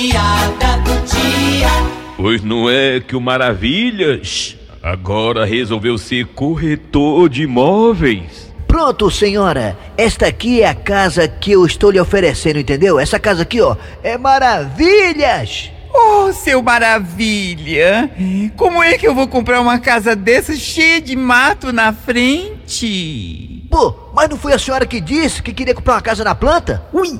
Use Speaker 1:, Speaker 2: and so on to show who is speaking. Speaker 1: piada do dia.
Speaker 2: Pois não é que o Maravilhas agora resolveu ser corretor de imóveis?
Speaker 3: Pronto, senhora. Esta aqui é a casa que eu estou lhe oferecendo, entendeu? Essa casa aqui, ó, é maravilhas!
Speaker 4: Oh, seu maravilha! Como é que eu vou comprar uma casa dessa cheia de mato na frente?
Speaker 3: Pô, mas não foi a senhora que disse que queria comprar uma casa na planta? Ui!